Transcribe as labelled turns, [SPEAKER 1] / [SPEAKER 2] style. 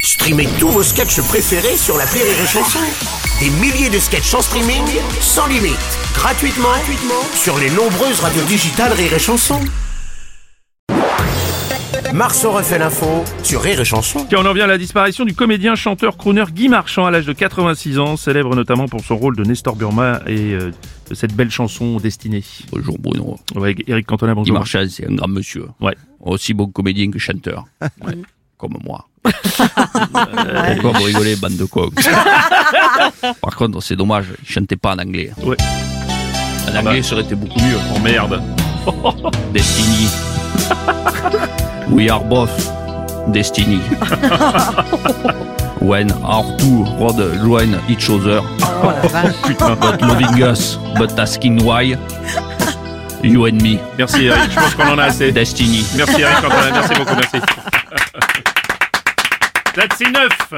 [SPEAKER 1] Streamez tous vos sketchs préférés sur la Rire et Chanson. Des milliers de sketchs en streaming, sans limite, gratuitement, gratuitement sur les nombreuses radios digitales Rire et Chanson. Marceau refait l'info sur Rire et Chanson.
[SPEAKER 2] Tiens, on en vient à la disparition du comédien, chanteur, crooner Guy Marchand à l'âge de 86 ans, célèbre notamment pour son rôle de Nestor Burma et euh, de cette belle chanson destinée.
[SPEAKER 3] Bonjour Bruno.
[SPEAKER 2] Ouais, Eric Cantona,
[SPEAKER 3] Guy
[SPEAKER 2] bonjour.
[SPEAKER 3] Marchand, c'est un grand monsieur.
[SPEAKER 2] Ouais.
[SPEAKER 3] Aussi bon comédien que chanteur. Ouais. Comme moi. Pourquoi vous rigolez, bande de cons Par contre, c'est dommage, il chantait pas en anglais.
[SPEAKER 2] Ouais.
[SPEAKER 3] En anglais, ça aurait été beaucoup mieux.
[SPEAKER 2] Oh merde.
[SPEAKER 3] Destiny. We are both Destiny. When our two roads join each other.
[SPEAKER 2] Putain.
[SPEAKER 3] But loving us, but asking why. You and me.
[SPEAKER 2] Merci Eric, je pense qu'on en a assez.
[SPEAKER 3] Destiny.
[SPEAKER 2] Merci Eric Cantona, merci beaucoup, merci. That's enough.